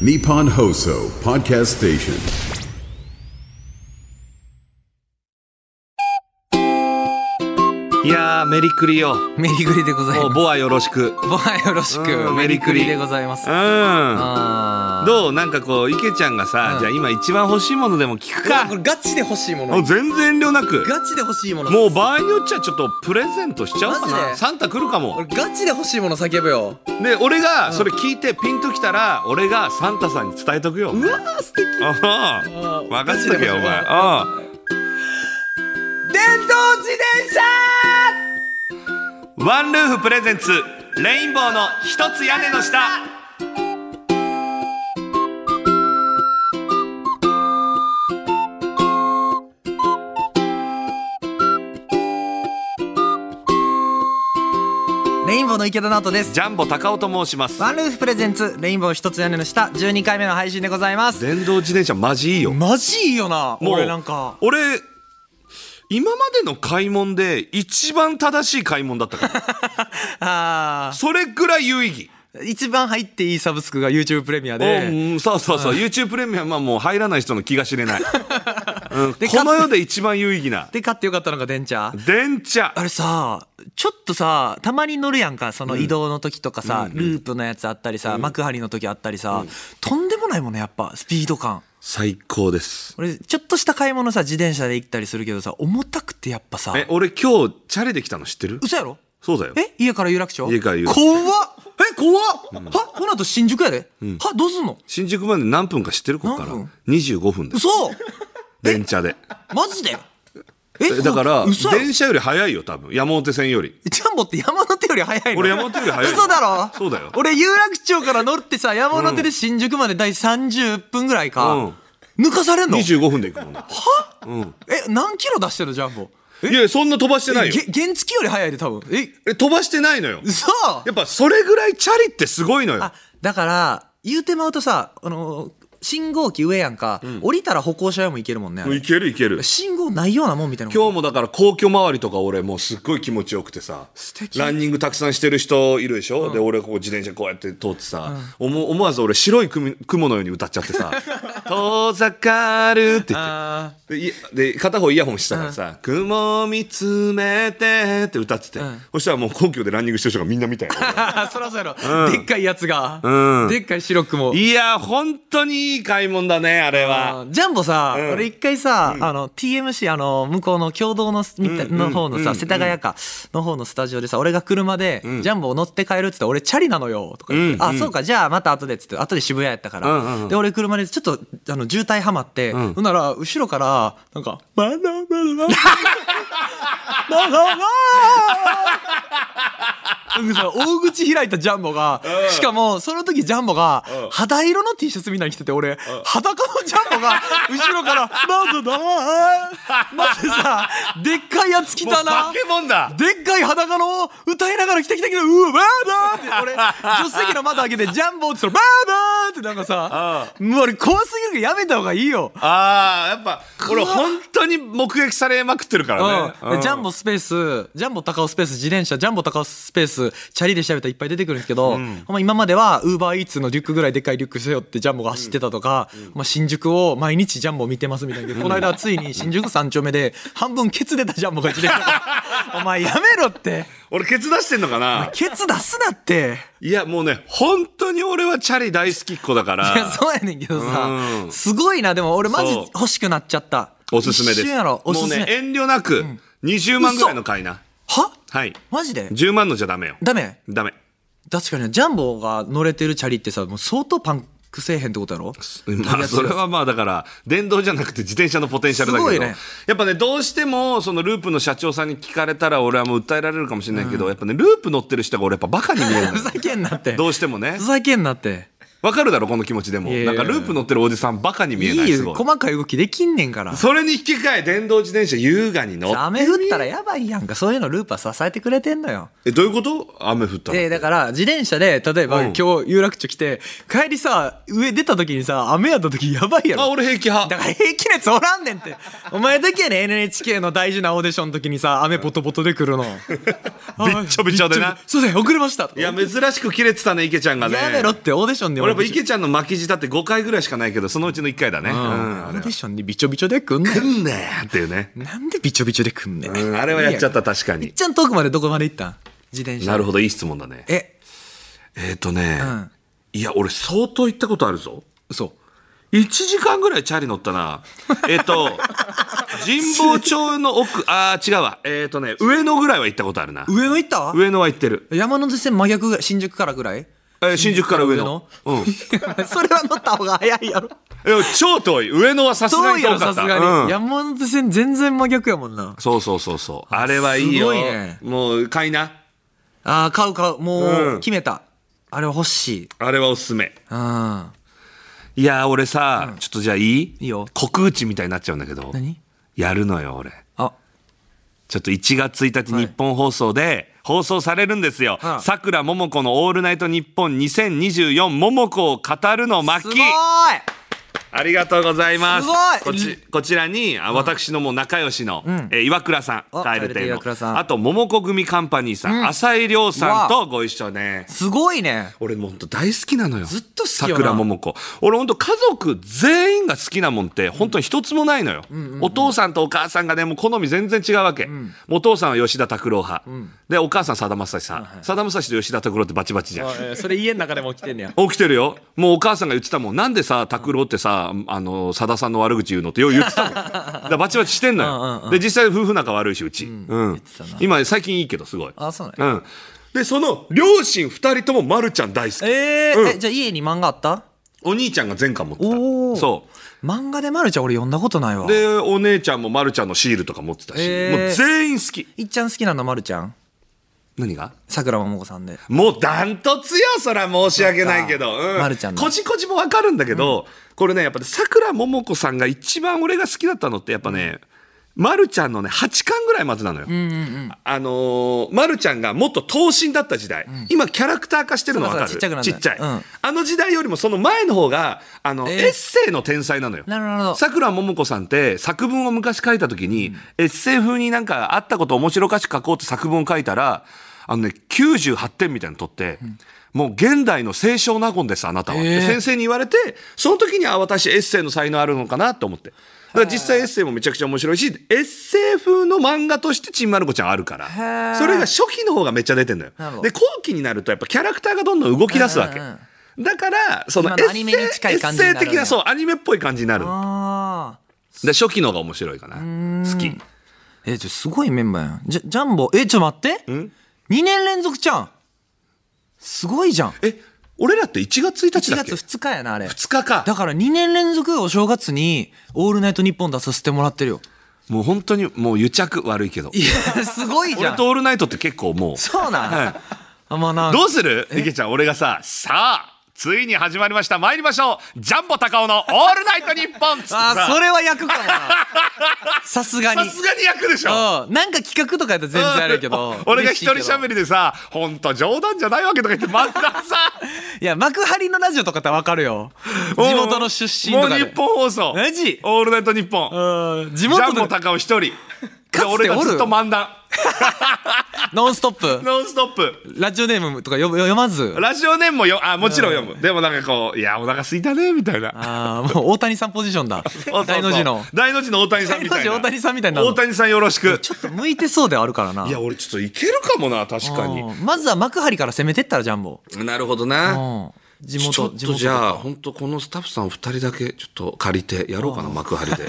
Nippon Hoso Podcast Station. いやーメリクリよメリクリでございもうます。ボアよろしくボアよろしうく。んメリクメリクリリでございます。うんあーどうなんかこう池ちゃんがさ、うんじゃあ今一番欲しいものでも聞くかこれガチで欲しいももうの。全然遠慮なくガチで欲しいもの。もう場合によっちゃちょっとプレゼントしちゃおうかマジなでサンタ来るかも俺ガチで欲しいもの叫ぶよ。で俺がそれ聞いてピンときたら、俺がサンタさんに伝えとくようわー素敵。ああ分かっガてチでとけ欲しいよもおの前ああ電動自転車ワンルーフプレゼンツレインボーの一つ屋根の下レインボーの池田直人です。ジャンボ高尾と申しますワンルーフプレゼンツレインボー一つ屋根の下12回目の配信でございます。電動自転車マジいいよマジいいよな。もう俺なんか。俺今までの買い物で一番正しい買い物だった からあそれぐらい有意義ー一番入っていいサブスクが YouTube プレミアで。うんそうそうそう YouTube プレミアムはもう入らない人の気が知れ ない、うん、こでの世で一番有意義なで、買ってよかったのが電車。電車あれさちょっとさたまに乗るやんかその移動の時とかさ、ループのやつあったりさ、幕張の時あったりさ、とんでもないもんねやっぱスピード感最高です俺ちょっとした買い物さ自転車で行ったりするけどさ重たくてやっぱさえ俺今日チャリできたの知ってる嘘やろそうだよえ家から有楽町家から有楽怖っえ怖っ、はこの後新宿やで、はどうすんの新宿まで何分か知ってるここから何分25分です嘘電車でマジでええだから嘘やろ電車より早いよ多分山手線よりジャンボって山手より早いの俺山手より早いの嘘だろそうだよ俺有楽町から乗ってさ、山手で新宿まで大体30分ぐらいか。抜かされんの25分で行くもんねえ、何キロ出してるジャンボいやそんな飛ばしてないげよ原付より早いで多分。え、え飛ばしてないのよ嘘やっぱそれぐらいチャリってすごいのよあ、だから、言うてまうとさ、あのー、信号機上やんか、降りたら歩行者用も行けるもんね。あれいけるいける信号ないようなもんみたいなこと。今日もだから皇居周りとか俺もうすっごい気持ちよくてさ敵ランニングたくさんしてる人いるでしょ、で俺こう自転車こうやって通ってさ、思思わず俺白い雲雲のように歌っちゃって さ「遠ざかる」って言って。 あでいで片方イヤホンしてたからさ「雲見つめて」って歌ってて、んそしたらもう皇居でランニングしてる人がみんな 見たよーそらそうやろ、でっかいやつが、うんでっかい白くもいや本当にいい買い物だねあれはあージャンボさ、うん俺一回さ、あの TMC あの向こうの共同のすみたいの方のさ、世田谷かの方のスタジオでさ俺が車で、ジャンボを乗って帰るっつって俺チャリなのよとか言って、うんあそうかじゃあまた後でっつって後で渋谷やったから、うんうんうんで俺車でちょっとあの渋滞はまって、ほん、なら後ろからなんか「まだま だまだまだまだ」なんかさ大口開いたジャンボが、しかもその時ジャンボが肌色の T シャツみたいに着てて俺、裸のジャンボが後ろから「なんだだーなんでさでっかいやつ来もたうな化け物だでっかい裸の歌いながら来た来た来たうわーだーって俺助手席の窓開けてジャンボって言ったら「バーだーってなんかさもう俺怖すぎるからやめた方がいいよ。ああやっぱ俺本当に目撃されまくってるからね、うん、でジャンボボスペースジャンボ高尾スペース自転車ジャンボ高尾スペースチャリで調べたらいっぱい出てくるんですけど、ほんま今まではウーバーイーツのリュックぐらいでかいリュック背負ってジャンボが走ってたとか、まあ、新宿を毎日ジャンボ見てますみたいなけどこの間はついに新宿三丁目で半分ケツ出たジャンボが 自転車お前やめろって俺ケツ出してんのかなケツ出すなっていやもうね本当に俺はチャリ大好きっ子だかいやらそうやねんけどさ、うんすごいなでも俺マジそう欲しくなっちゃったおすすめで一す瞬やろおすすめ、もうね遠慮なく20万ぐらいの買いな、ははいマジで10万のじゃダメよダメダメ確かにねジャンボが乗れてるチャリってさもう相当パンクせえへんってことやろまあそれはまあだから電動じゃなくて自転車のポテンシャルだけど、すごいねやっぱねどうしてもそのループの社長さんに聞かれたら俺はもう訴えられるかもしれないけど、やっぱねループ乗ってる人が俺やっぱバカに見えるのふ よざけんなってどうしてもねふざけんなってわかるだろこの気持ちでもいやいなやんいかやループ乗ってるおじさんバカにい見えないいすごよい細かい動きできんねんからそれに引き換え電動自転車優雅に乗って雨降ったらやばいやんかそういうのルーパー支えてくれてんのよえどういうこと雨降ったらでだから自転車で例えば、うん今日有楽町来て帰りさ上出た時にさ雨やった時やばいやあろ俺平気派だから平気なやつおらんねん ってお前だけやね NHK の大事なオーディションの時にさ雨ポトポトで来 るのびっびっちょびちょでなそうだよ遅れましたいや珍しく切れてたね池ちゃんがねやめろってオーディションで俺やっぱ池ちゃんの巻き舌って5回ぐらいしかないけど、そのうちの1回だね。うん。オあれーはディションでびちょびちょで来んね来んんねーっていうね。なんでびちょびちょで来んねんうんあれはやっちゃった、確かいっに。ちゃん遠くまでどこまで行ったん自転車なるほど、いい質問だね。ええっとねん、いや、俺相当行ったことあるぞ。嘘1時間ぐらいチャリ乗ったな。えっ と、神保町の奥、あー違うわ。えっとね、上野ぐらいは行ったことあるな。上野行った上野は行ってる。山手線真逆ぐらい新宿からぐ らいえー新宿から上野。うん。それは乗った方が早いやろいや超遠い。上野はさすが遠にいや遠ろかさっすた。がに、うん山手線全然真逆やもんなそうそうそうそう。あれはいいすよ。ごいねもう買いな。ああ買う買うもうんう決めた、あれは欲しいあれはおすすめ。うんいやー、俺さ、ちょっとじゃあいいいいよ国打ちみたいになっちゃうんだけど。何やるのよ、俺。あちょっと1月1日はい日本放送で放送されるんですよは。あさくらももこのオールナイト日本2024ももこを語るのす巻ごいありがとうございます。すごこいちこちらに、あ私のもう仲良しの、えー岩倉さん、あカエル蛙亭亭岩倉さの。んあと、桃子組カンパニーさん、浅井亮さんうとご一緒ね。すごいね俺もうほんと大好きなのよ。ずっと好きよな桜桃子。俺ほんと家族全員が好きなもんって本当に一つもないのよ。お父さんとお母さんがね、もう好み全然違うわけ。お父さんは吉田拓郎派。で、お母さんさだまさしさん。さだまさしと吉田拓郎ってバチバチじゃん。それ家の中でも起きてんねや起きてるよ。もうお母さんが言ってたもん。なんでさ、拓郎ってさ、あの、さださんの悪口言うのってよう言ってたもん。 だからバチバチしてんのよ。で、実際夫婦仲悪いし、うち。うん。今、最近いいけど、すごい。あそうなんやうん。で、その、両親二人ともまるちゃん大好き。えーうんえじゃあ家に漫画あったお兄ちゃんが全巻持ってた。おーそう。漫画でまるちゃん俺読んだことないわで、お姉ちゃんもまるちゃんのシールとか持ってたし、えーもう全員好き。いっちゃん好きなのまるちゃん何がさくらももこさんでもうダントツよ、そら申し訳ないけど。そっかうん。まるちゃんのこじこじもわかるんだけど、これね、やっぱり桜ももこさんが一番俺が好きだったのって、やっぱね、まるちゃんのね、8巻ぐらいまでなのよ。あのー、まるちゃんがもっと等身だった時代。今、キャラクター化してるのわかるそうかそうかちっちゃくなちったっちゃい、うんあの時代よりもその前の方が、あの、えーエッセイの天才なのよ。なるほどなるほどさくらももこさんって作文を昔書いた時に、エッセイ風になんかあったことを面白おかしく書こうって作文を書いたら、あのね、98点みたいなの取って、もう現代の清少納言です、あなたは。ってえー先生に言われて、その時に、あ、私エッセイの才能あるのかなと思って。だから実際エッセイもめちゃくちゃ面白いし、エッセイ風の漫画としてちんまる子ちゃんあるかへら、ーそれが初期の方がめっちゃ出てんのよなるほ。どで、後期になるとやっぱキャラクターがどんどん動き出すわけうんうん。だから、そのエッセ今のアイ、ニメに近い感じになエッるんやセイ的な、そう、アニメっぽい感じになる。ああで初期の方が面白いかな好きえじゃあすごいメンバーやんじゃジャンボえちょっと待って2年連続じゃんすごいじゃんえ俺らって1月1日1だっけ月2日やなあれ2日かだから2年連続お正月に「オールナイトニッポン」出させてもらってるよもう本当にもう癒着悪いけどいやすごいじ俺ゃんと「オールナイト」って結構もうそうなん、あまあなんどうするいけちゃん俺がささあついに始まりました参りましょうジャンボ高尾の「オールナイトニッポン」つってあーさそれは役かも なさすがさにすがに役でしょうんなんか企画とかやったら全然あるけどうん俺が一人嬉しいけど喋りでさ「ほんと冗談じゃないわけ」とか言ってまたさいや幕張のラジオとかってわかるよ地元の出身とかもうで日本放送マジオールナイトニッポンうん地ジャ元ンボの高尾一人でかつておる俺がずっと漫談ノンストップノンストップ。ラジオネームとか読む読まずラジオネームもよ、あ、もちろん読む。でもなんかこう、いや、お腹すいたね、みたいな。ああもう大谷さんポジションだ そうそうそう大の字の。大の字の大谷さんみたいな。大の字大谷さんみたいになるの大谷さんよろしく。ちょっと向いてそうではあるからないや、俺ちょっといけるかもな、確かに。うんまずは幕張から攻めてったらジャンボなるほどうな。ん地ちょ元っ地と元じゃあ、本当このスタッフさん二人だけ、ちょっと借りてやろうかな、幕張 で。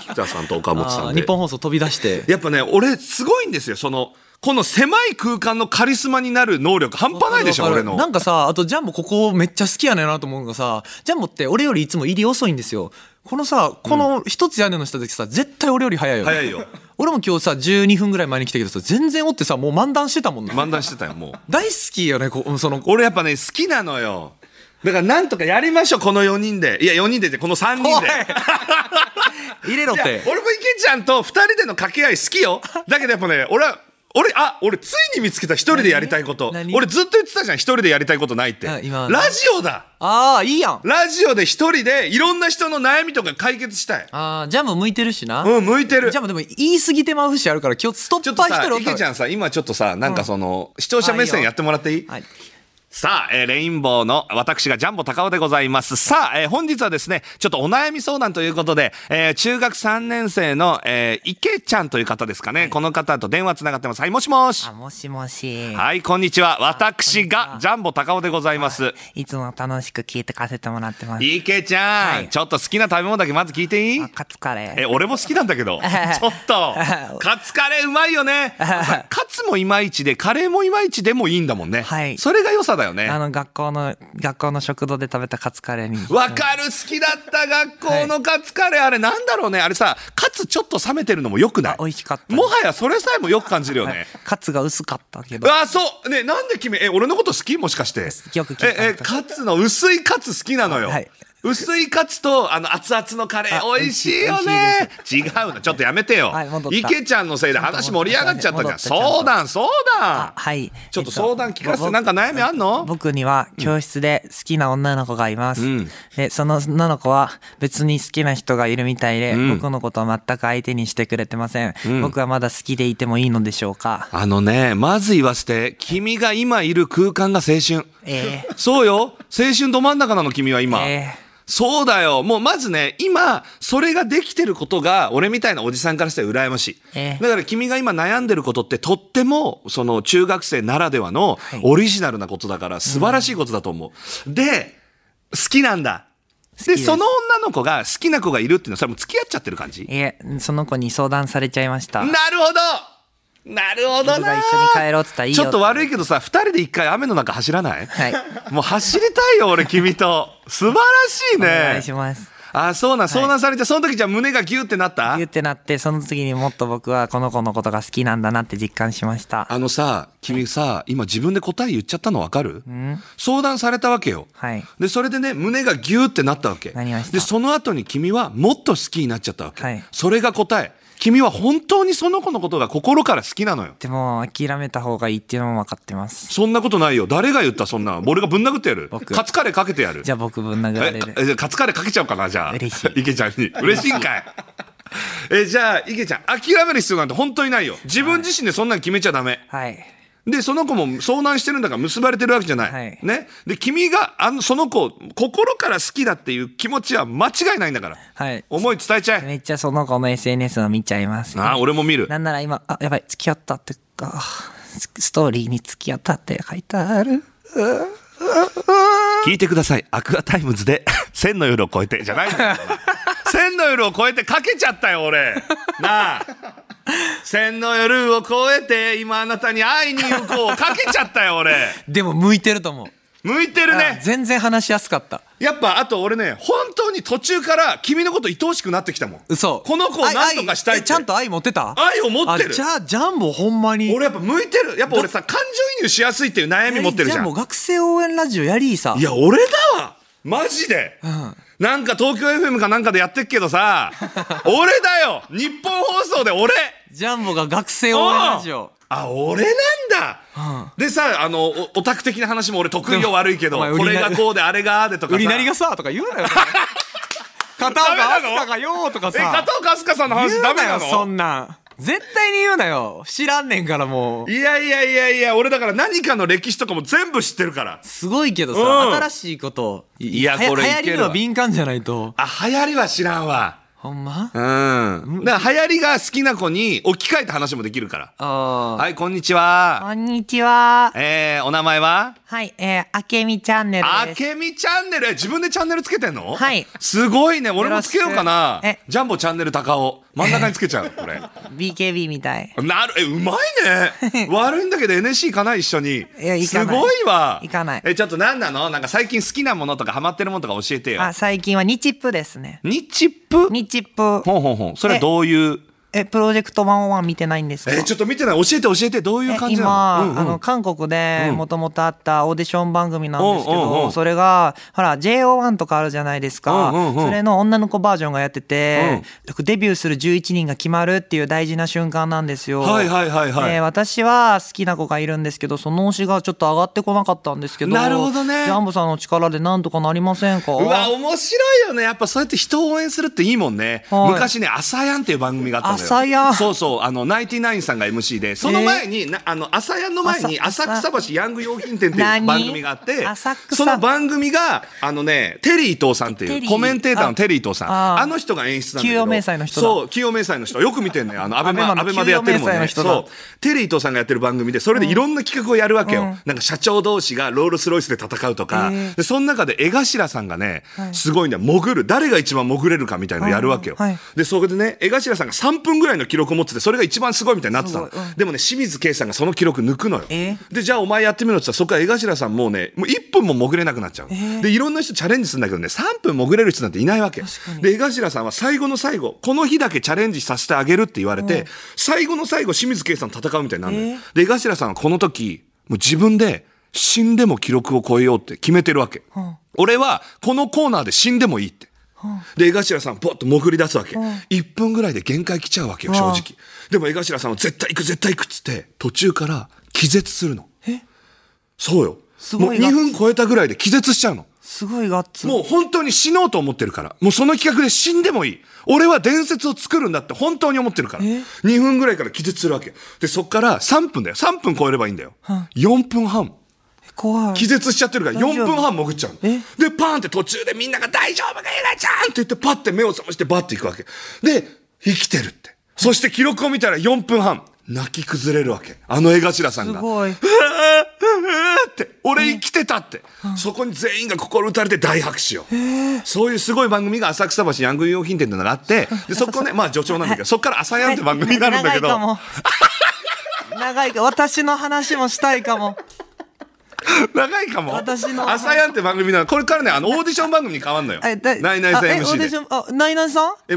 菊田さんと岡本あさーん日で。本放送飛び出してやっぱね、俺すごいんですよ、その、この狭い空間のカリスマになる能力、半端ないでしょ、わか俺るの。なんかさあとジャンボここめっちゃ好きやねんなと思うのがさジャンボって俺よりいつも入り遅いんですよこのさこの一つ屋根の下でさ絶対俺より早いよね早いよ俺も今日さ12分ぐらい前に来たけどさ全然おってさもう漫談してたもんな、漫談してたよ、もう。大好きよねこその俺やっぱね好きなのよだからなんとかやりましょうこの4人でいや4人でってこの3人でおいいや入れろって俺も池ちゃんと2人での掛け合い好きよだけどやっぱね俺は俺あ俺ついに見つけた1人でやりたいこと何何俺ずっと言ってたじゃん1人でやりたいことないってラあジ今オだああいいやんラジオで1人でいろんな人の悩みとか解決したいあージャンボ向いてるしな、うん向いてるジャンボでも言い過ぎてまう節あるから今日ストちょッっとパーしさてる池ちゃんさ今ちょっとさなんかその視聴者目線やってもらっていいはい、さあ、えーレインボーの私がジャンボ高尾でございます。さあ、えー本日はですね、ちょっとお悩み相談ということで、えー中学3年生の、えー、池ちゃんという方ですかね。この方と電話つながってます。はい、もしもしあ、。もしもし。はい、こんにちは。私こんがにちジャンボ高尾でございます。いつも楽しく聞いてかせてもらってます。池ちゃん、はいちょっと好きな食べ物だけまず聞いていいあカツカレえ、ー。俺も好きなんだけ ど。ちょっと、カツカレーうまいよね。カツもいまいちで、カレーもいまいちでもいいんだもんね。はいそれが良さだよねあ。の学校の、学校の食堂で食べたカツカレーに。わかる好きだった学校のカツカレー、あれなんだろうねあれさカツちょっと冷めてるのもよくないあ美味しかったもはやそれさえもよく感じるよね、はいカツが薄かったけど。ああそうねなんで君え俺のこと好きもしかしてよく聞いたええカツの薄いカツ好きなのよ、はい薄いカツとあの熱々のカレあー美味しいよね違うのちょっとやめてよ、はい戻った池ちゃんのせいで話盛り上がっちゃったじゃんちゃんと戻相った談相談あはい。ちょっとえ相談聞かせてぼなんか悩みあんの僕には教室で好きな女の子がいます。んで、その女の子は別に好きな人がいるみたいで、僕のことを全く相手にしてくれてません。僕はまだ好きでいてもいいのでしょうか。あのねまず言わせて君が今いる空間が青春ええそうよ。青春ど真ん中なの、君は今。ええそうだよ。もうまずね、今、それができてることが、俺みたいなおじさんからしたら羨ましい。ええだから君が今悩んでることって、とっても、その中学生ならではのいオリジナルなことだから、素晴らしいことだと思う。で、好きなんだ。でですその女の子が好きな子がいるっていうのは、それもう付き合っちゃってる感じいえ、その子に相談されちゃいました。なるほどなるほど僕がな一緒に帰ろうって言ったらいいよちょっと悪い。いけどさ、二人で一回雨の中走ら ないはい。もう走りたいよ、俺、君と。素晴らしいお願ねい。します。あ、そうなん、相談されて、その時じゃあ胸がギュってなったギュってなって、その次にもっと僕はこの子のことが好きなんだなって実感しました。あのさ、君さ、今自分で答え言っちゃったのわかる相談されたわけよ。はいで、それでね、胸がギュってなったわけ。なりましたで、その後に君はもっと好きになっちゃったわけ。はいそれが答え。君は本当にその子のことが心から好きなのよ。でも、諦めた方がいいっていうのも分かってます。そんなことないよ。誰が言ったそんな。俺がぶん殴ってやる。僕カツカレーかけてやる。じゃあ僕ぶん殴らえれか る。えじゃあカツカレーかけちゃおうかなじゃあ嬉しい池ちゃんに嬉しいんかいえじゃあ池ちゃん諦める必要なんて本当にないよ自分自身でそんなん決めちゃダメはい。でその子も相談してるんだから結ばれてるわけじゃない、はいねで君があのその子を心から好きだっていう気持ちは間違いないんだからはい。思い伝えちゃえめっちゃその子の SNS を見ちゃいます。ああ俺も見るなんなら今、あ、やばい、付き合ったってか、あスストーリーに付き合ったって書いてある。聞いてくださいアクアタイムズで 「千の夜を超えて」じゃないんだよ千の夜を超えてかけちゃったよ俺なあ千の夜を超えて今あなたに会いに行こうかけちゃったよ俺でも向いてると思う向いてるあね全然話しやすかったやっぱあと俺ね本当に途中から君のこと愛おしくなってきたもん嘘この子を何とかしたいっ愛愛えてちゃんと愛持ってた愛を持ってるあじゃあジャンボほんまに俺やっぱ向いてるやっぱ俺さ感情移入しやすいっていう悩み持ってるじゃジャんンボ学生応援ラジオやりーさいや、俺だわマジで、なんか東京 FM かなんかでやってっけど さ、俺だよ日本放送で俺ジャンボが学生応援ラジオあ、俺なんだ、でさ、あの、おオタク的な話も俺得意でよも悪いけど、お前これ売りながりこうであれがああでとかさ。売りなりがさとか言 うなよ片岡あすかがよとかえ、さ片岡飛鳥さんの言話うダメななよそのんなん絶対に言うなよ知らんねんからもういやいやいやいや、俺だから何かの歴史とかも全部知ってるから。すごいけどさ、うん新しいこといいやこれ流い行けりるにわは敏感じゃないとあ、流行りは知らんわ。ほんまうん。だから流行りが好きな子に置き換えた話もできるから。あはい、こんにちは。こんにちは。えー、お名前ははい、えー、あけみチャンネルあです。けみチャンネルえ自分でチャンネルつけてんのはいすごいね俺もつけようかなよろしくえジャンボチャンネル高尾真ん中につけちゃうこ れ BKB みたい。なるえうまい ね悪いんだけど NSC 行かない一緒にいや行かなすいごいわ行かないえちょっと何なのなんか最近好きなものとかハマってるものとか教えてよあ、最近はニチップですね。ニチップニチップ。ほんほんほんそれはどういうえ、プロジェクト101見てないんですかえちょっと見てない教えて教えてどういう感じな今、のうんうんあの韓国でもともとあったオーディション番組なんですけうんうんうどんそれがほら JO1 とかあるじゃないですか、うんうんうんそれの女の子バージョンがやってて、デビューする11人が決まるっていう大事な瞬間なんですよ。はいはいはいはいで私は好きな子がいるんですけどその推しがちょっと上がってこなかったんですけどなるほどねジャンボさんの力でなんとかなりませんかうわ面白いよねやっぱそうやって人を応援するっていいもんねはい昔ね「朝やん」っていう番組があったのよ朝やんそうそうあのナインティナインさんが MC でその前に、なあの朝やんの前に朝浅草橋ヤング用品店っていう何番組があって浅草その番組があのねテリー伊藤さんってテいリうーコメンテーターのテリー伊藤さんああーの人が演出なんだけど給与明細の人だそう清明祭の人よく見てんねあのアベアベママのアベマでやってるもん給与明細のね人だそうテリー伊藤さんがやってる番組でそれでいろんな企画をやるわけよ、なんか社長同士がロールスロイスで戦うとか、でその中で江頭さんがね、すごいね潜る誰が一番潜れるかみたいなのやるわけよ、うんはいでそこでね江頭さんが3分ぐらいの記録を持っててそれが一番すごいみたいになってたの、すごいうでもね清水圭さんがその記録抜くのよ、えでじゃあお前やってみろって言ったらそこから江頭さんもうねもう1分も潜れなくなっちゃうの、でいろんな人チャレンジするんだけどね3分潜れる人なんていないわけで江頭さんは最後の最後この日だけチャレンジさせてあげるって言われて、最後の最後清水圭さんと戦うみたいになるのよ、で江頭さんはこの時もう自分で死んでも記録を超えようって決めてるわけ、俺はこのコーナーで死んでもいいって、で江頭さんポッと潜り出すわけ、1分ぐらいで限界来ちゃうわけよ正直でも江頭さんは絶対行く絶対行くっつって途中から気絶するのそうよすもうごいな2分超えたぐらいで気絶しちゃうのすごいガッツもう本当に死のうと思ってるから。もうその企画で死んでもいい。俺は伝説を作るんだって本当に思ってるから。2分ぐらいから気絶するわけ。で、そっから3分だよ。3分超えればいいんだよ。4分半。怖い気絶しちゃってるから大4丈夫分半潜っちゃうのえで、パーンって途中でみんなが大丈夫か、ゆらちゃんって言ってパッて目を覚ましてバッていくわけ。で、生きてるって。そして記録を見たら4分半。泣き崩れるわけ。あの江頭さんすが。ごいって俺生きてたって、そこに全員が心打たれて大拍手を、そういうすごい番組が浅草橋ヤング用品店っていうのがあってでそこねまあ助長なんだけど、そこから「朝やん」って番組になるんだけど、長いかも長いか私の話もしたいかも長いかも私の朝やん」って番組なのこれからねあのオーディション番組に変わんのよえだナイナイさんあえ MC オーディシでョンあナイナイさん MC で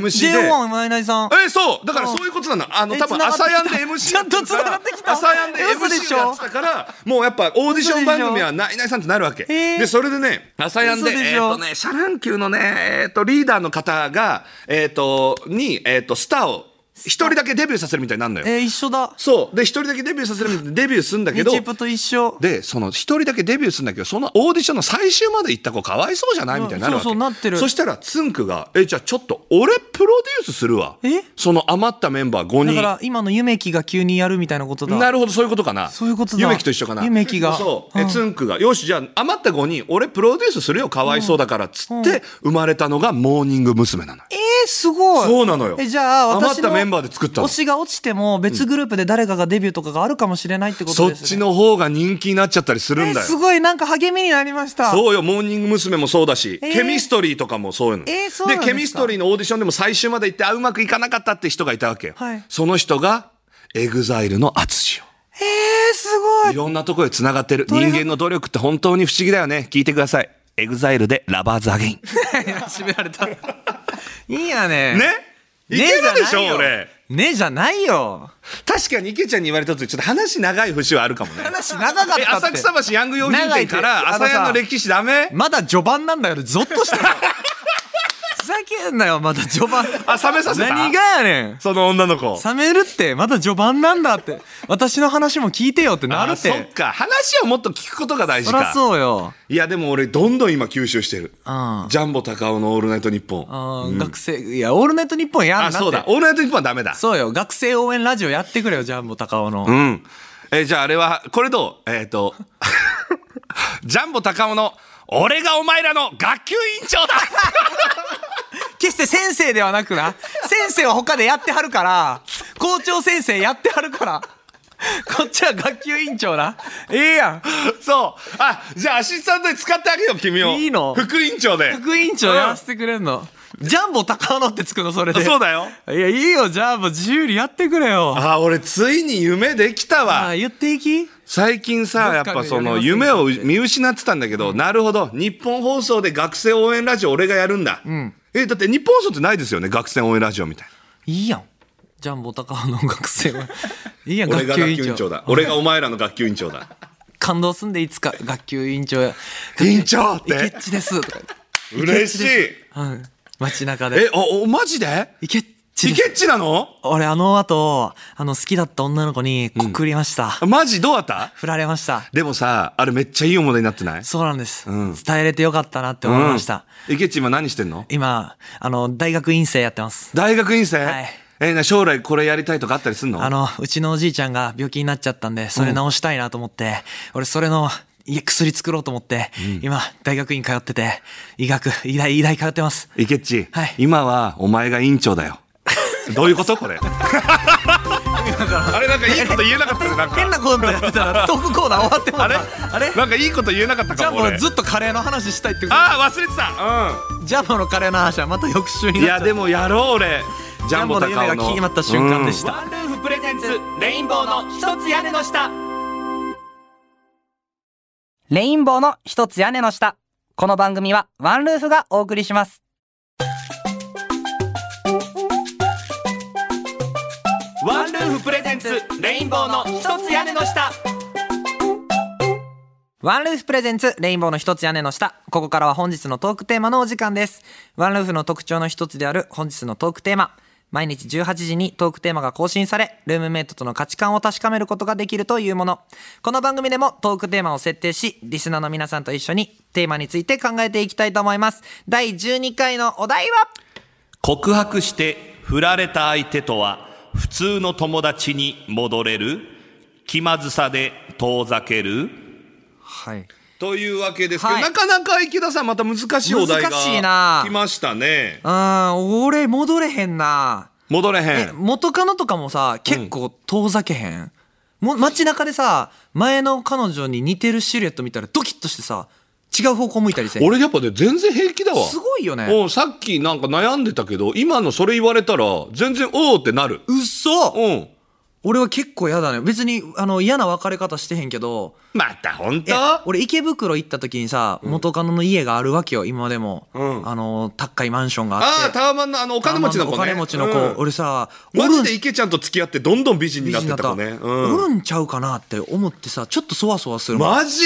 J1 ナイナイさんえそうだからそういうことなのあのえ多分繋がってきた朝やん」で MC やってたちゃんと繋がってきた朝やん」でえ嘘で MC しょやってたからもうやっぱオーディション番組は「ナイナイさん」ってなるわけえーでそれでね朝やんで嘘でえしょーとねシャラン級のねえーとリーダーの方がえーとにえーとスターを一人だけデビューさせるみたいになるのよえー一緒だそうで一人だけデビューさせるみたいなデビューするんだけみどちぷと一緒でその一人だけデビューするんだけどそのオーディションの最終まで行った子かわいそうじゃないみたいになるわけそうそうなってるそしたらつんくが「えじゃあちょっと俺プロデュースするわえその余ったメンバー5だ人か」ら今の夢木が急にやるみたいなことだなるほどそういうことかなそういうことだ夢木と一緒かな夢木がそうえつんくがよしじゃあ余った5人俺プロデュースするよかわいそうだからっつって生まれたのがモーニング娘。なのよえー、すごいそうなのよえじゃあ余っ私たのメンバーで作ったの推しが落ちても別グループで誰かがデビューとかがあるかもしれないってことそでっす、ね、ちの方が人気になっちゃったりするんえだよすごいなんか励みになりましたそうよ、モーニング娘。もそうだし、えーケミストリーとかもそういうの。えーそうなんでで、すかケミストリーのオーディションでも最終まで行って、あ、うまくいかなかったって人がいたわけよ。はいその人が、エグザイルの淳よ。えー、すごいいろんなとこで繋がってる。人間の努力って本当に不思議だよね。聞いてください。エグザイルでラバーズアゲイン。締められた。いいやね。ねいけるでしょ、俺。ねじゃないよ。確かに池ちゃんに言われたとき、ちょっと話長い節はあるかもね。話長かったってえ浅草橋ヤング用品店から、長いって朝やんの歴史ダメまだ序盤なんだからゾッとしたよ。ふざけんなよ、まだ序盤。あ冷めさせた何がやねん。その女の子。冷めるって、まだ序盤なんだって。私の話も聞いてよってなるっ。あそってか話をもっと聞くことが大事そからそうよ。いやでも俺どんどん今吸収してるジんャンボ高尾の「オールナイトニッポンあー学生、いや、オールナイトニッポンやんなあって。そうだ「オールナイトニッポン」はダメだそうよ、学生応援ラジオやってくれよ、ジャンボ高尾の。うんえじゃああれはこれどうえっ、と ジャンボ高尾の「俺がお前らの学級委員長 だ!決して先生ではなくな。先生は他でやってはる から、校長先生やってはるから。こっちは学級委員長な。ええや」そうあじゃあアシスタントで使ってあげよう君をいいの副委員長でん。副委員長やらせてくれんの。ジャンボ高尾のってつくの、それで。そうだよいや、いいよ、ジャンボ自由にやってくれよ。あ俺ついに夢できたわあ言っていき最近さやっどっかぱでそのやりま夢せんを見失ってたんだけど、なるほど日本放送で学生応援ラジオ俺がやるんだ、えだって日本放送ってないですよね学生応援ラジオみたいいいやん。ジャンボ高尾の学生 は。いいやん、な俺学が学級委級委員員長長。だ俺がお前らの学級委員長だ感動すんで、いつか学級委員長や。委員長っイケてッチです。とか嬉しいうん。街中で。えおおマジでイケッチチですケ。ッチなの俺あの後、あの好きだった女の子に告りました。マジどうだった振られました。でもさあれめっちゃいい思い出になってないそうなんです、うん伝えれてよかったなって思いました。うん、イケッチ今何してんの今、あの、大学院生やってます。大学院生、はいえーな将来これやりたいとかあったりすんのあの、うちのおじいちゃんが病気になっちゃったんで、それ治したいなと思って、俺それの、いや薬作ろうと思って、今、大学院通ってて、医学、医大、医大通ってます。イケッチ、はい今はお前が委員長だ よ。どういうことこれ。あれなんかいいこと言えなかったよなん変か。なコントやってたらトークコーナー終わってもあれたあれなんかいいこと言えなかったジャかンもボ俺。ずっとカレーの話したいってことああ忘れてた。ジャンボのカレーの話はまた翌週うにん。いなやっちゃでうもやろう俺。ジャンボジ高尾ャンボの夢のが決まった瞬間でしたうんワンルーフプレゼンツレインボーの一つ屋根の下レインボーの一つ屋根の下。この番組はワンルーフがお送りします。ワンルーフプレゼンツレインボーの一つ屋根の下ワンルーフプレゼンツ、レインボーの一つ屋根の下。ここからは本日のトークテーマのお時間です。ワンルーフの特徴の一つである本日のトークテーマ。毎日18時にトークテーマが更新され、ルームメイトとの価値観を確かめることができるというもの。この番組でもトークテーマを設定し、リスナーの皆さんと一緒にテーマについて考えていきたいと思います。第12回のお題は告白して振られた相手とは普通の友達に戻れる気まずさで遠ざけるはい。というわけですけど、はいなかなか池田さんまた難しいお題が難しいな来ましたねうん、俺戻れへんな戻れへえん元カノとかもさ結構遠ざけへん、も街中でさ前の彼女に似てるシルエット見たらドキッとしてさ違う方向向いたりせん俺やっぱね全然平気だわすごいよねうんさっきなんか悩んでたけど今のそれ言われたら全然おおってなるうっそうん俺は結構嫌だね別にあの嫌な別れ方してへんけどまた本え当俺池袋行った時にさ元カノの家があるわけよ今でも、あの高いマンションがああっあてタワマンのあのお金持ちの子ねお金持ちの子、うん俺さマジおるでん池ちゃんと付き合ってどんどん美人になってた子ね、おうん、るんちゃうかなって思ってさちょっとそわそわするもんマジ、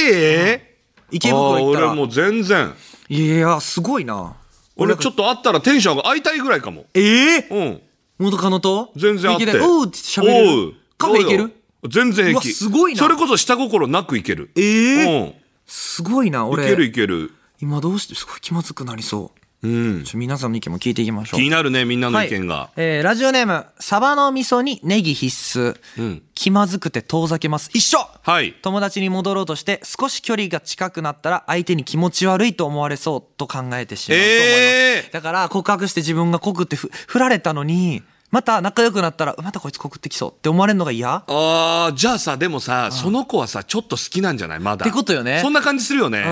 池袋行ったあーら俺もう全然いやいやすごいな俺ちょっと会ったらテンションが合いたいぐらいかもええうん元カノと全然会っていきなりおうって喋れおうるカフェ行けおうるよ全然平う気わすごいなそれこそ下心なくいけるええうんすごいな俺いけるいける今どうしてすごい気まずくなりそう、ちょっと皆さんの意見も聞いていきましょう気になるねみんなの意見が、はいえーラジオネームサバの味噌にネギ必須、気まずくて遠ざけます一緒はい友達に戻ろうとして少し距離が近くなったら相手に気持ち悪いと思われそうと考えてしまうと思います、ええだから告白して自分が告ってふ振られたのにまた仲良くなったらまたこいつ告ってきそうって思われるのが嫌あーじゃあさでもさその子はさちょっと好きなんじゃないまだってことよねそんな感じするよね、うん。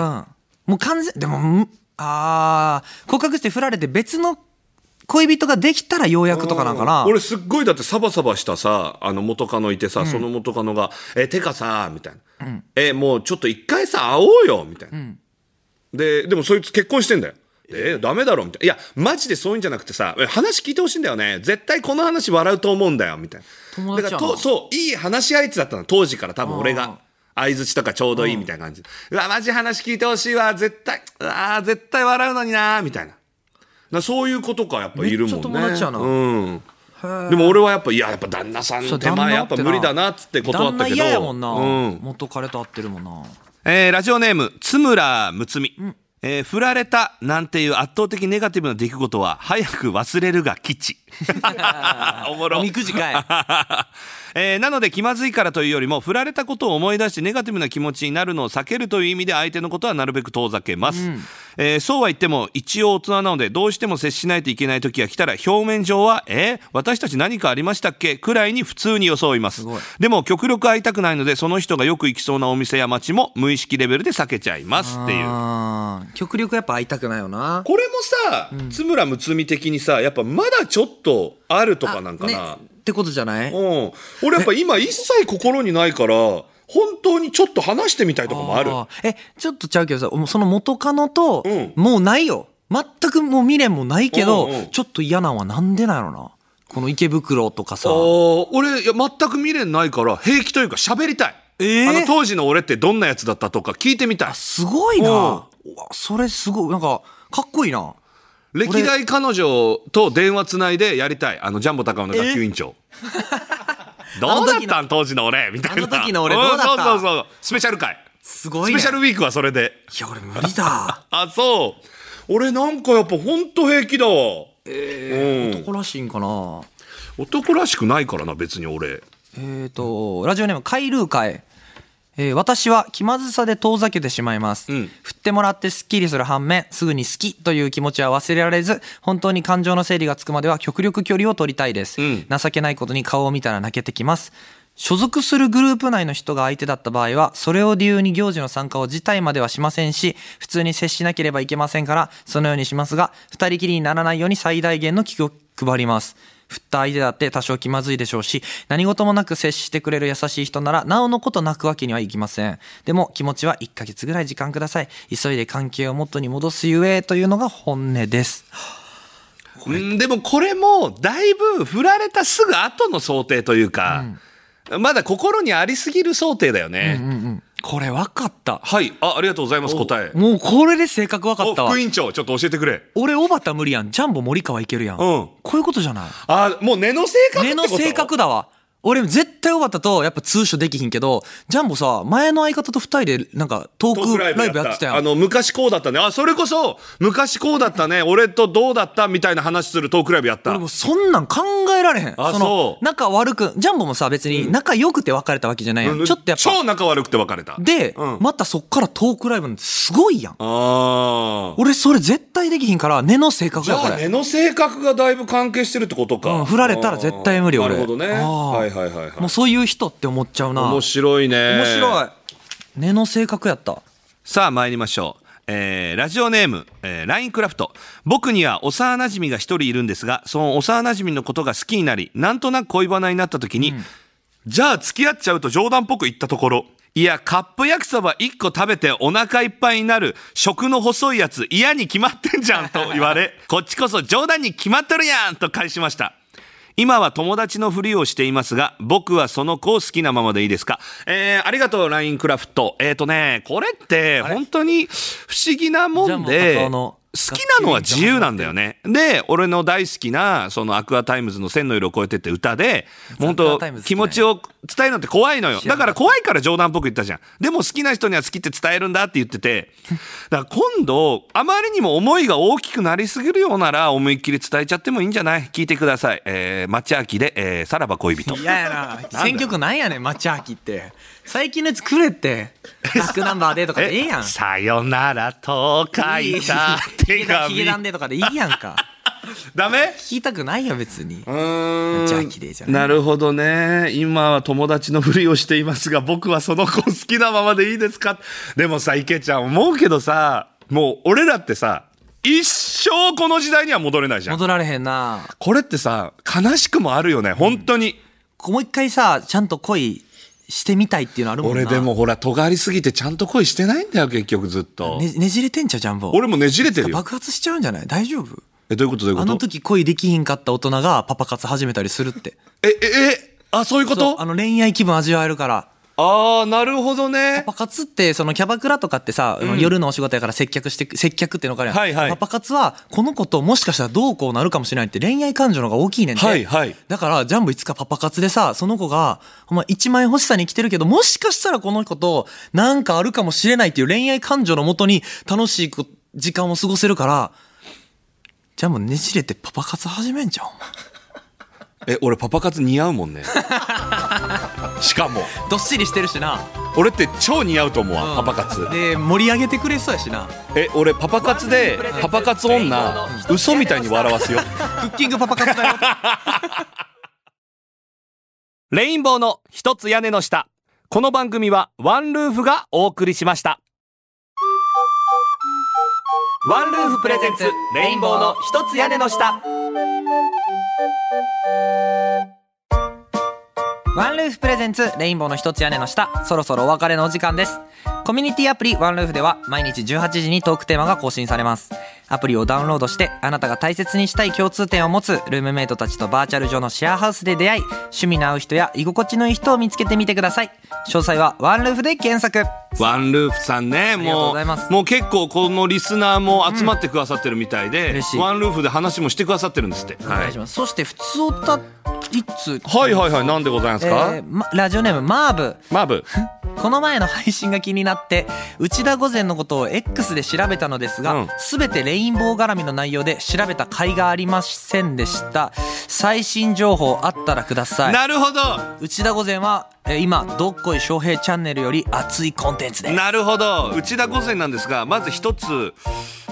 もう完全、でも、んあー告白して振られて別の恋人ができたらようやくとかなんかな。俺すっごいだってサバサバしたさあの元カノいてさ、その元カノが「えてかさ」みたいな「えもうちょっと一回さ会おうよ」みたいな、ででもそいつ結婚してんだよえダメだろみたいな「いやマジでそういうんじゃなくてさえ話聞いてほしいんだよね絶対この話笑うと思うんだよ」みたいな友達だやなからとそういい話し合いつだったの当時から多分俺あがー。相づちとかちょうどいいみたいな感じ、うわマジ話聞いてほしいわ絶対うわー絶対笑うのになみたいななそういうことかやっぱいるもんねめっちゃ友達やなうんでも俺はやっぱいややっぱ旦那さんそのう手旦那前やっぱ無理だなっつって断ったけど旦那嫌やもんな。うん元彼と会ってるもんな。えーラジオネーム津村睦美、えー振られたなんていう圧倒的ネガティブな出来事は早く忘れるが 吉おもろおみくじかい。 えーなので気まずいからというよりも振られたことを思い出してネガティブな気持ちになるのを避けるという意味で相手のことはなるべく遠ざけます、えーそうは言っても一応大人なのでどうしても接しないといけない時が来たら表面上は「えー私たち何かありましたっけ?」くらいに普通に装いますごいでも極力会いたくないのでその人がよく行きそうなお店や街も無意識レベルで避けちゃいますっていうあー極力やっぱ会いたくないよな。これもさ、津村睦美的にさやっぱまだちょっとあるとかなんかな、あねってことじゃないうん、俺やっぱ今一切心にないから本当にちょっと話してみたいとかもあるーえ、ちょっとちゃうけどさ、もうその元カノと、うんもうないよ。全くもう未練もないけど、うんうんちょっと嫌なんはなんでなのな。この池袋とかさ。あー俺いや全く未練ないから平気というか喋りたい、えーあの当時の俺ってどんなやつだったとか聞いてみたいすごいな。ううんわそれすごい。なんか、かっこいいな。歴代彼女と電話つないでやりたいあのジャンボ高尾の学級委員 長どうだったん当時の俺みたいなあの時の俺どうだったんそうそうそうスペシャル回すごスいね。ペシャルウィークはそれでいや、俺無理だ。あそう俺なんかやっぱほんと平気だわ、え男らしいんかな。男らしくないからな別に俺えー、とラジオネームカイルーカへ、えー私は気まずさで遠ざけてしまいます、ん振ってもらってすっきりする反面すぐに好きという気持ちは忘れられず本当に感情の整理がつくまでは極力距離を取りたいです、ん情けないことに顔を見たら泣けてきます所属するグループ内の人が相手だった場合はそれを理由に行事の参加を辞退まではしませんし普通に接しなければいけませんからそのようにしますが二人きりにならないように最大限の気を配ります振った相手だって多少気まずいでしょうし何事もなく接してくれる優しい人ならなおのこと泣くわけにはいきませんでも気持ちは1ヶ月ぐらい時間ください急いで関係を元に戻すゆえというのが本音ですうんでもこれもだいぶ振られたすぐ後の想定というか、まだ心にありすぎる想定だよね、これ分かったはいあありがとうございます答えもうこれで性格分かおったわ副院長ちょっと教えてくれ俺小畑無理やんジャンボ森川いけるやん、うんこういうことじゃないあもう根の性格って根ことの性格だわ俺絶対小畑とやっぱ通所できひんけどジャンボさ前の相方と二人でなんかトトーーククラライイブブやってたやんあの昔こうだったねあそれこそ昔こうだったね俺とどうだったみたいな話するトークライブやった俺もうそんなん考えられへん。あのそう仲悪く、ジャンボもさ、別に仲良くて別れたわけじゃないやん。うんちょっとやっ超ぱ。仲悪くて別れたで、うんまたそっからトークライブなんてすごいやん。ああ俺それ絶対できひんから、根の性格じやこゃあれ。根の性格がだいぶ関係してるってことか、うん振られたら絶対無理あー俺なるほどねあーはいはいはいはいもうそういう人って思っちゃうな。面白いね面白い。根の性格やった。さあ参りましょう。えーラジオネーム、えーラインクラフト。僕には幼馴染が一人いるんですが、その幼馴染のことが好きになり、なんとなく恋バナになった時に、じゃあ付き合っちゃうと冗談っぽく言ったところ、いや、カップ焼きそば1個食べてお腹いっぱいになる食の細いやつ嫌に決まってんじゃん と言われ、こっちこそ冗談に決まっとるやんと返しました。今は友達のふりをしていますが、僕はその子を好きなままでいいですかえー、ありがとう、ラインクラフト。えっ、ー、とね、これって、本当に不思議なもんジャンボで、高尾好のきなのは自由なんだよね。で、俺の大好きな、そのアクアタイムズの千の色を超えてって歌で、本アクア当タイムズ好き気なんや持ちを伝えるのって怖いのよ。らだかなかったら怖いから冗談っぽく言ったじゃん。でも好きな人には好きって伝えるんだって言ってて。だから今度、あまりにも思いが大きくなりすぎるようなら、思いっきり伝えちゃってもいいんじゃない聞いてください。えー、町秋で、えー、さらば恋人。嫌やな。選曲なんやねん、マチアキって。最近のやつくれって。バックナンバーでとかでええやん。さよならと書いいいた手ヒゲダンヒゲダン紙。でとかでいいやんか。ダメ聞きたくないよ、別に。うーんじゃあ綺麗じゃないなるほどね今は友達のふりをしていますが僕はその子好きなままでいいですかでもさ池ちゃん思うけどさもう俺らってさ一生この時代には戻れないじゃん戻られへんなこれってさ悲しくもあるよね本当に、もう一回さちゃんと恋してみたいっていうのあるもんな俺でもほら尖りすぎてちゃんと恋してないんだよ結局ずっと、ねねじれてんちゃうジャンボ俺もねじれてるよ爆発しちゃうんじゃない大丈夫えどういうことどういあうのこと時恋できひんかった大人がパパ活始めたりするってえええあそういうこそうとああの恋愛気分味わえるからあーなるほどねパパ活ってそのキャバクラとかってさ、夜のお仕事やから接客して接客っていうのがあるやん、はいはいパパ活はこの子ともしかしたらどうこうなるかもしれないって恋愛感情の方が大きいねんて、はいはいだからジャンボいつかパパ活でさその子がお前一万円欲しさに来てるけどもしかしたらこの子となんかあるかもしれないっていう恋愛感情のもとに楽しいこ時間を過ごせるからジャンボねじれてパパ活始めんじゃんお前え俺パパ活似合うも んねしかもどっしりしてるしな俺って超似合うと思うわ、パパ活で盛り上げてくれそうやしなえ俺パパ活でパパ活女嘘みたいに笑わすよクッキングパパ 活だよレインボーの一つ屋根の下この番組はワンルーフがお送りしましたワンルーフプレゼンツレインボーの一つ屋根の下ワンルーフプレゼンツレインボーの一つ屋根の下そろそろお別れのお時間ですコミュニティアプリワンルーフでは毎日18時にトークテーマが更新されますアプリをダウンロードしてあなたが大切にしたい共通点を持つルームメイトたちとバーチャル上のシェアハウスで出会い趣味の合う人や居心地のいい人を見つけてみてください詳細はワンルーフで検索 ワンルーフさんねりがとうもございますうもう結構このリスナーも集まってくださってるみたいで、嬉しいワンルーフで話もしてくださってるんですって、おは願いいし、ますそして普通歌一通はいはいはいなんでございますか、えーまラジオネームマーブマーブこの前の配信が気になって内田御前のことを X で調べたのですうがん全てレインボー絡みの内容で調べた甲斐がありませんでした最新情報あったらくださいなるほど内田御前はえー今どっこい翔平チャンネルより熱いコンテンツですなるほど内田御前なんですがまず一つ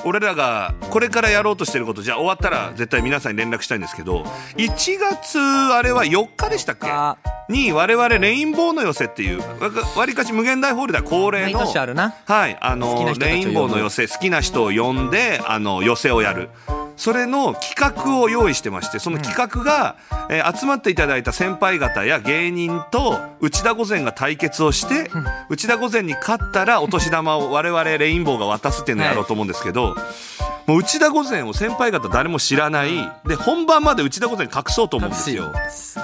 俺らがこれからやろうとしてることじゃあ終わったら絶対皆さんに連絡したいんですけど1月あれは4日でしたっけあに我々レインボーの寄せっていうわかわりかし無限大ホールでは恒例の毎年あるなはいあ好きなの人たちをレ呼イぶンボーの寄せ好きな人を呼んであの寄せをやるそれの企画を用意してましてその企画が、えー集まっていただいた先輩方や芸人と内田御前が対決をして、内田御前に勝ったらお年玉を我々レインボーが渡すっていうのをやろうと思うんですけど、もう内田御前を先輩方誰も知らない、で本番まで内田御前隠そうと思うんですよ。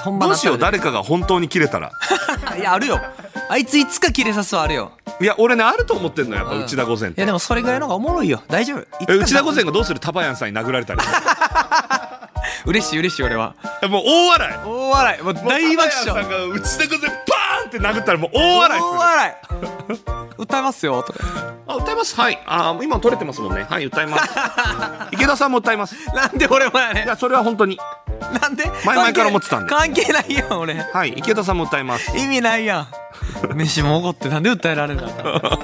本ど番うだっしたようら誰かが本当に切れたら。 いやあるよあいついつか切れさすはあるよいや俺ねあると思ってんのやっぱ内田御前っいやて、でもそれぐらいの方がおもろいよ大丈夫いつかえ内田御前がどうするタパヤンさんに殴られたり 嬉しい嬉しい俺はもう大笑い大笑いもう大爆タパヤンさ笑んが内田御前バーンって殴ったらもう大笑いする大笑い歌いますよとかあ歌いますはいあ今撮れてますもんねはい歌います池田さんも歌いますいなんで俺もやねんやそれは本当になんで前々から思ってたんで関係ないやん俺はい池田さんも歌います意味ないやん飯もおごってなんで訴えられるんだ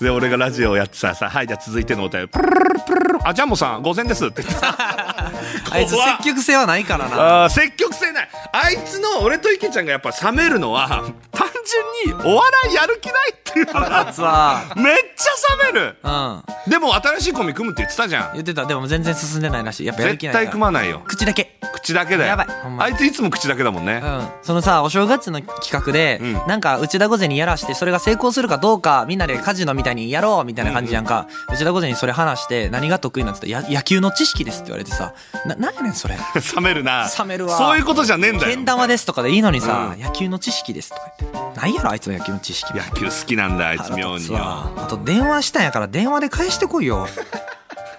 で俺がラジオをやってささはいじゃあ続いてのお便りプルルルプルルルあジャンボさん午前ですって言ってさあいつ積極性はないか らなあー積極性ないあいつの俺と池ちゃんがやっぱ冷めるのは単純にお笑いやる気ないっていうのがあいつはめっちゃ冷めるうんでも新しいコンビ組むって言ってたじゃん言ってたでも全然進んでないらしいやっぱやる気絶ないから対組まないよ口だけ口だけだよやばいほんまあいついつも口だけだもんねう、ん、そのさお正月の企画で、なんか内田御前にやらしてそれが成功するかどうかみんなでカジノみたいにやろうみたいな感じやんか、内田御前にそれ話して何が得意なんつってや野球の知識ですって言われてさななんやねんそれ冷めるな冷めるわそういうことじゃねえんだよけん玉ですとかでいいのにさ、野球の知識ですとか言ってないやろあいつの野球の知識野球好きなんだあいつ妙によあと電話したんやから電話で返してこいよ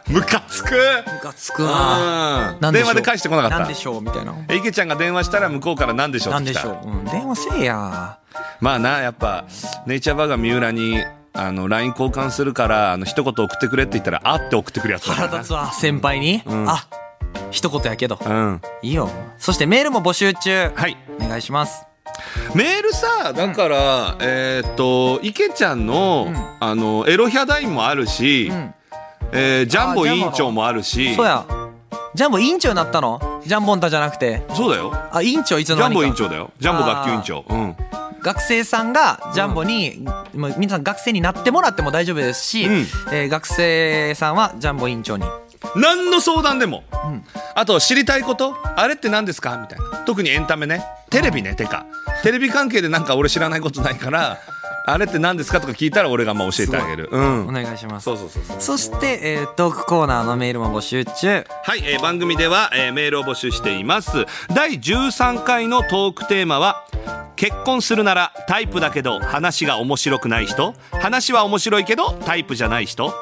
ムカつくムカつくわなんで電しょう話で返してこなかなっんでしょうみたいなた池ちゃんが電話したら向こうから何でしょうなっんてで来たしょう、うん、電話せえやまあなやっぱネイチャーバーガー三浦にあの LINE 交換するからあの一言送ってくれって言ったら「あ」って送ってくるやつだから腹立つわ 先輩に、あ一言やけどうんいいよそしてメールも募集中はいお願いしますメールさだから、えーっと池ちゃんの,、あのエロヒャダインもあるし、んえージャンボあ委員ージャンボ長もあるしそうやジャンボ委員長になったのジャンボンタじゃなくてそうだよあ委員長いつジのャン間にかボ委員長だよジャンボ学級委員長うん学生さんがジャンボに、もう皆さん学生になってもらっても大丈夫ですし、うんえー学生さんはジャンボ委員長に何の相談でも、あと知りたいことあれって何ですかみたいな特にエンタメねテレビねてかテレビ関係でなんか俺知らないことないからあれって何ですかとか聞いたら俺がまあ教えてあげるうんお願いします、そうそうそうそうそして、えートークコーナーのメールも募集中はい、えー番組では、えーメールを募集しています第13回のトークテーマは結婚するならタイプだけど話が面白くない人話は面白いけどタイプじゃない人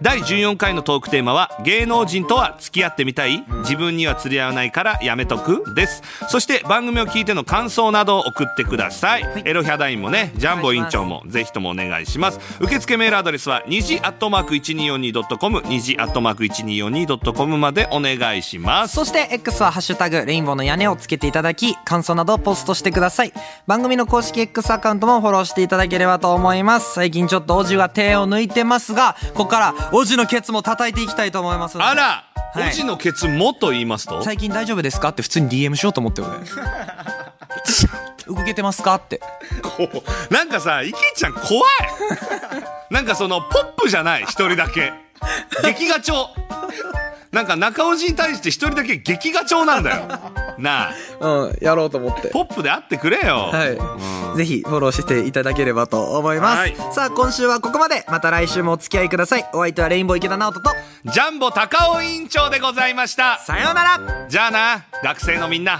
第14回のトークテーマは芸能人とは付き合ってみたい自分には釣り合わないからやめとくですそして番組を聞いての感想などを送ってください、エロヒャダインもねジャンボ委員長もぜひともお願いします受付メールアドレスは2時アットマーク 1242.com 2時アットマーク 1242.com までお願いしますそして X は「ハッシュタグレインボーの屋根」をつけていただき感想などをポストしてください番組の公式 X アカウントもフォローしていただければと思います最近ちょっとオジが手を抜いてますがここからオジのケツも叩いていきたいと思いますのであら、はいおじのケツもと言いますと最近大丈夫ですかって普通に DM しようと思って俺動けてますかってこう なんかさ、イキちゃん怖い なんかその、ポップじゃない、一人だけ。劇画調。なんか中尾路に対して一人だけ劇画調なんだよ。なあ、うんやろうと思ってポップであってくれよ。はい、ぜひフォローしていただければと思います、はいさあ今週はここまでまた来週もお付き合いくださいお相手はレインボー池田直人とジャンボ高尾委員長でございました。さようならじゃあな、学生のみんな。